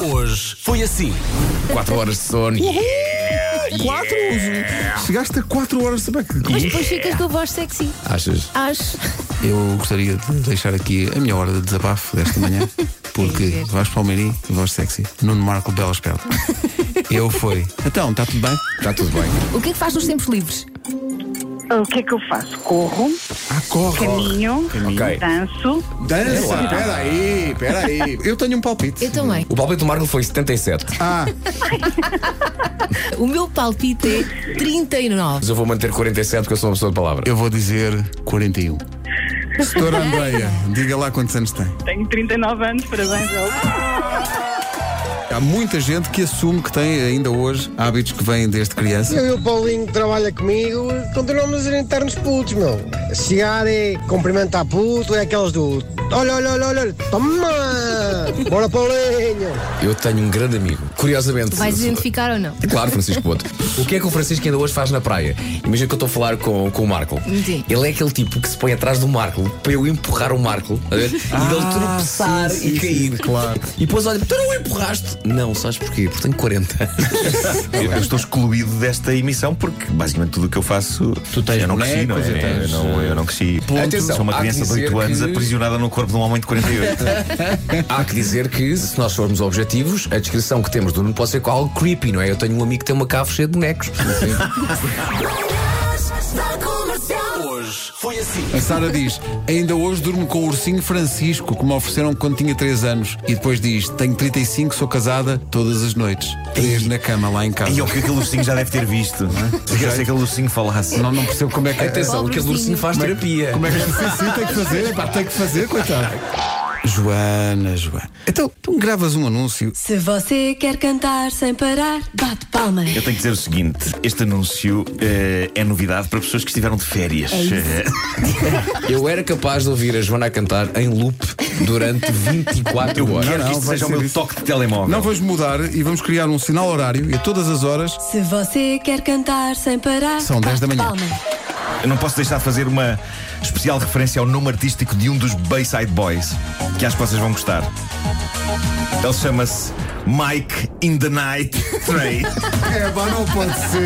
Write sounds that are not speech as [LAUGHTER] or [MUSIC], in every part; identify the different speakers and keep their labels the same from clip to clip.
Speaker 1: hoje foi assim. 4 horas de sono.
Speaker 2: Quatro? Chegaste a quatro horas também.
Speaker 3: Mas depois ficas com a voz sexy.
Speaker 2: é Achas?
Speaker 3: Acho.
Speaker 2: Eu gostaria de deixar aqui a minha hora de desabafo
Speaker 3: [LAUGHS]
Speaker 2: desta manhã, porque Vasco Palmeirim, voz sexy, Nuno Marco,
Speaker 3: [LAUGHS]
Speaker 2: belas pernas. Eu fui. Então, está tudo bem?
Speaker 1: Está tudo bem.
Speaker 3: O que é que faz nos tempos livres?
Speaker 4: O que é que eu faço? Corro,
Speaker 2: Ah, corre.
Speaker 4: caminho,
Speaker 1: Ok.
Speaker 4: danço.
Speaker 2: Dança, peraí, peraí. Eu tenho um palpite.
Speaker 3: Eu também.
Speaker 1: O palpite do Marco foi 77,
Speaker 2: Ah,
Speaker 3: O meu palpite é 39.
Speaker 1: mas eu vou manter 47 porque eu sou uma pessoa de palavra.
Speaker 2: eu vou dizer 41. Setora Andreia, diga lá quantos anos tem.
Speaker 4: Tenho 39 anos, parabéns, Elsa.
Speaker 2: Há muita gente que assume que tem ainda hoje hábitos que vêm desde criança.
Speaker 5: Eu e o Paulinho que trabalha comigo continuamos a orientar nos putos, meu. Chegar é cumprimentar puto, é aqueles do. Olha, olha, olha, olha, toma! Bora, Paulinho!
Speaker 1: Eu tenho um grande amigo. Curiosamente.
Speaker 3: Tu vais identificar ou não?
Speaker 1: Claro, Francisco Boto. O que é que o Francisco ainda hoje faz na praia? Imagina que eu estou a falar com, com o Marco.
Speaker 3: Sim.
Speaker 1: Ele é aquele tipo que se põe atrás do Marco para eu empurrar o Marco a ver? e
Speaker 3: Ah.
Speaker 1: dele tropeçar
Speaker 2: sim,
Speaker 1: e
Speaker 2: sim, sim,
Speaker 1: cair.
Speaker 2: claro.
Speaker 1: E depois olha, tu não o empurraste? Não, sabes porquê? Porque tenho 40.
Speaker 6: Eu, eu estou excluído desta emissão porque basicamente tudo o que eu faço.
Speaker 2: Tu tens
Speaker 6: eu não cresci, não
Speaker 2: bonecos
Speaker 6: é?
Speaker 2: e tens,
Speaker 6: eu, não, eu não cresci.
Speaker 1: Atenção,
Speaker 6: Sou uma
Speaker 1: há que
Speaker 6: criança de
Speaker 1: dizer
Speaker 6: 8 anos
Speaker 1: que-
Speaker 6: aprisionada no corpo de um homem de 48.
Speaker 1: [LAUGHS] Há que dizer que, se nós formos objetivos, a descrição que temos do Nuno pode ser algo creepy, não é? Eu tenho um amigo que tem uma cave cheia de
Speaker 3: [LAUGHS]
Speaker 1: bonecos. assim.
Speaker 2: A Sara diz: Ainda hoje durmo com o ursinho Francisco, que me ofereceram quando tinha 3 anos. E depois diz: Tenho 35, sou casada todas as noites. Três na cama, lá em casa.
Speaker 6: [LAUGHS] e o que aquele ursinho já deve ter visto, não é? Se quer ser aquele ursinho falasse.
Speaker 2: Não, não percebo como é que.
Speaker 1: Atenção, que a Lurcinho faz terapia.
Speaker 2: Como é que sim, sim, tem que fazer? Pá, tem que fazer, coitado. Joana, Joana. Então, tu gravas um anúncio.
Speaker 7: Se você quer cantar sem parar, bate palmas.
Speaker 6: Eu tenho que dizer o seguinte: este anúncio eh, é novidade para pessoas que estiveram de férias. Eh,
Speaker 1: Eu era capaz de ouvir a Joana a cantar em loop durante 24
Speaker 6: [LAUGHS] eu
Speaker 1: horas.
Speaker 6: quero
Speaker 2: não,
Speaker 6: que isto
Speaker 2: vai
Speaker 6: seja o
Speaker 2: ser
Speaker 6: meu
Speaker 2: isso.
Speaker 6: toque de telemóvel.
Speaker 2: Não vamos mudar e vamos criar um sinal horário e a todas as horas.
Speaker 7: Se você quer cantar sem parar,
Speaker 2: São 10 da
Speaker 7: bate
Speaker 2: manhã.
Speaker 7: palmas.
Speaker 6: Eu não posso deixar de fazer uma especial referência ao nome artístico de um dos Bayside Boys, que acho que vocês vão gostar. Ele chama-se Mike in the Night [LAUGHS] Train.
Speaker 2: É, pá, não pode ser.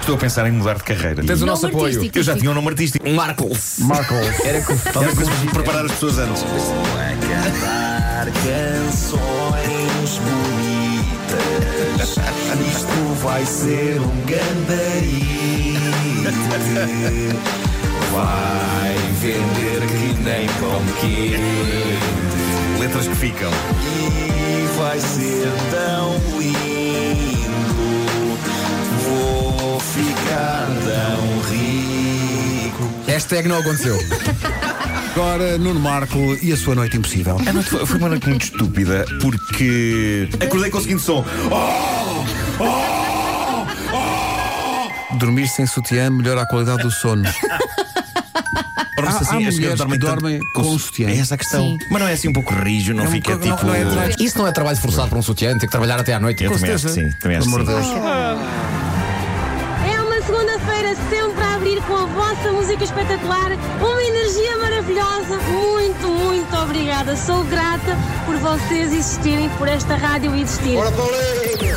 Speaker 6: Estou a pensar em mudar de carreira.
Speaker 1: Tens o nosso
Speaker 3: Nome
Speaker 1: apoio.
Speaker 3: artístico.
Speaker 6: Eu já tinha um nome artístico.
Speaker 1: Marcos.
Speaker 2: Marcos.
Speaker 1: Era que
Speaker 6: Era coisa de preparar as pessoas antes.
Speaker 8: canções bonitas. Isto vai ser um gandarite. Vai vender que nem pão quente.
Speaker 6: Letras que ficam.
Speaker 8: E vai ser tão lindo. Vou ficar tão rico.
Speaker 1: Hashtag não aconteceu.
Speaker 2: Agora, Nuno Marco e a sua noite impossível.
Speaker 6: A noite foi, foi uma noite É muito estúpida porque acordei com o seguinte som.
Speaker 2: Dormir sem sutiã melhora a qualidade do sono.
Speaker 6: Dorme-se
Speaker 2: Há- há
Speaker 6: assim, as
Speaker 2: mulheres
Speaker 6: mulheres
Speaker 2: que
Speaker 6: tanto
Speaker 2: dormem
Speaker 6: o
Speaker 2: com
Speaker 6: su-
Speaker 2: sutiã.
Speaker 6: É essa a questão.
Speaker 3: Sim.
Speaker 6: Mas não é assim um pouco rijo, não
Speaker 2: um
Speaker 6: fica
Speaker 2: pouco- não-
Speaker 6: tipo.
Speaker 2: não é atrás.
Speaker 1: Isso não é trabalho forçado para um sutiã, tem que trabalhar até à noite.
Speaker 6: Eu
Speaker 2: Com
Speaker 6: também acho que
Speaker 2: certeza.
Speaker 6: sim, também acho
Speaker 2: Pelo
Speaker 6: que
Speaker 2: amor
Speaker 6: sim.
Speaker 2: de Deus.
Speaker 9: É uma segunda-feira sempre a abrir com a vossa música espetacular, uma energia maravilhosa. Muito, muito obrigada. Sou grata por vocês existirem, por esta rádio existir.
Speaker 5: Bora, Paulinho!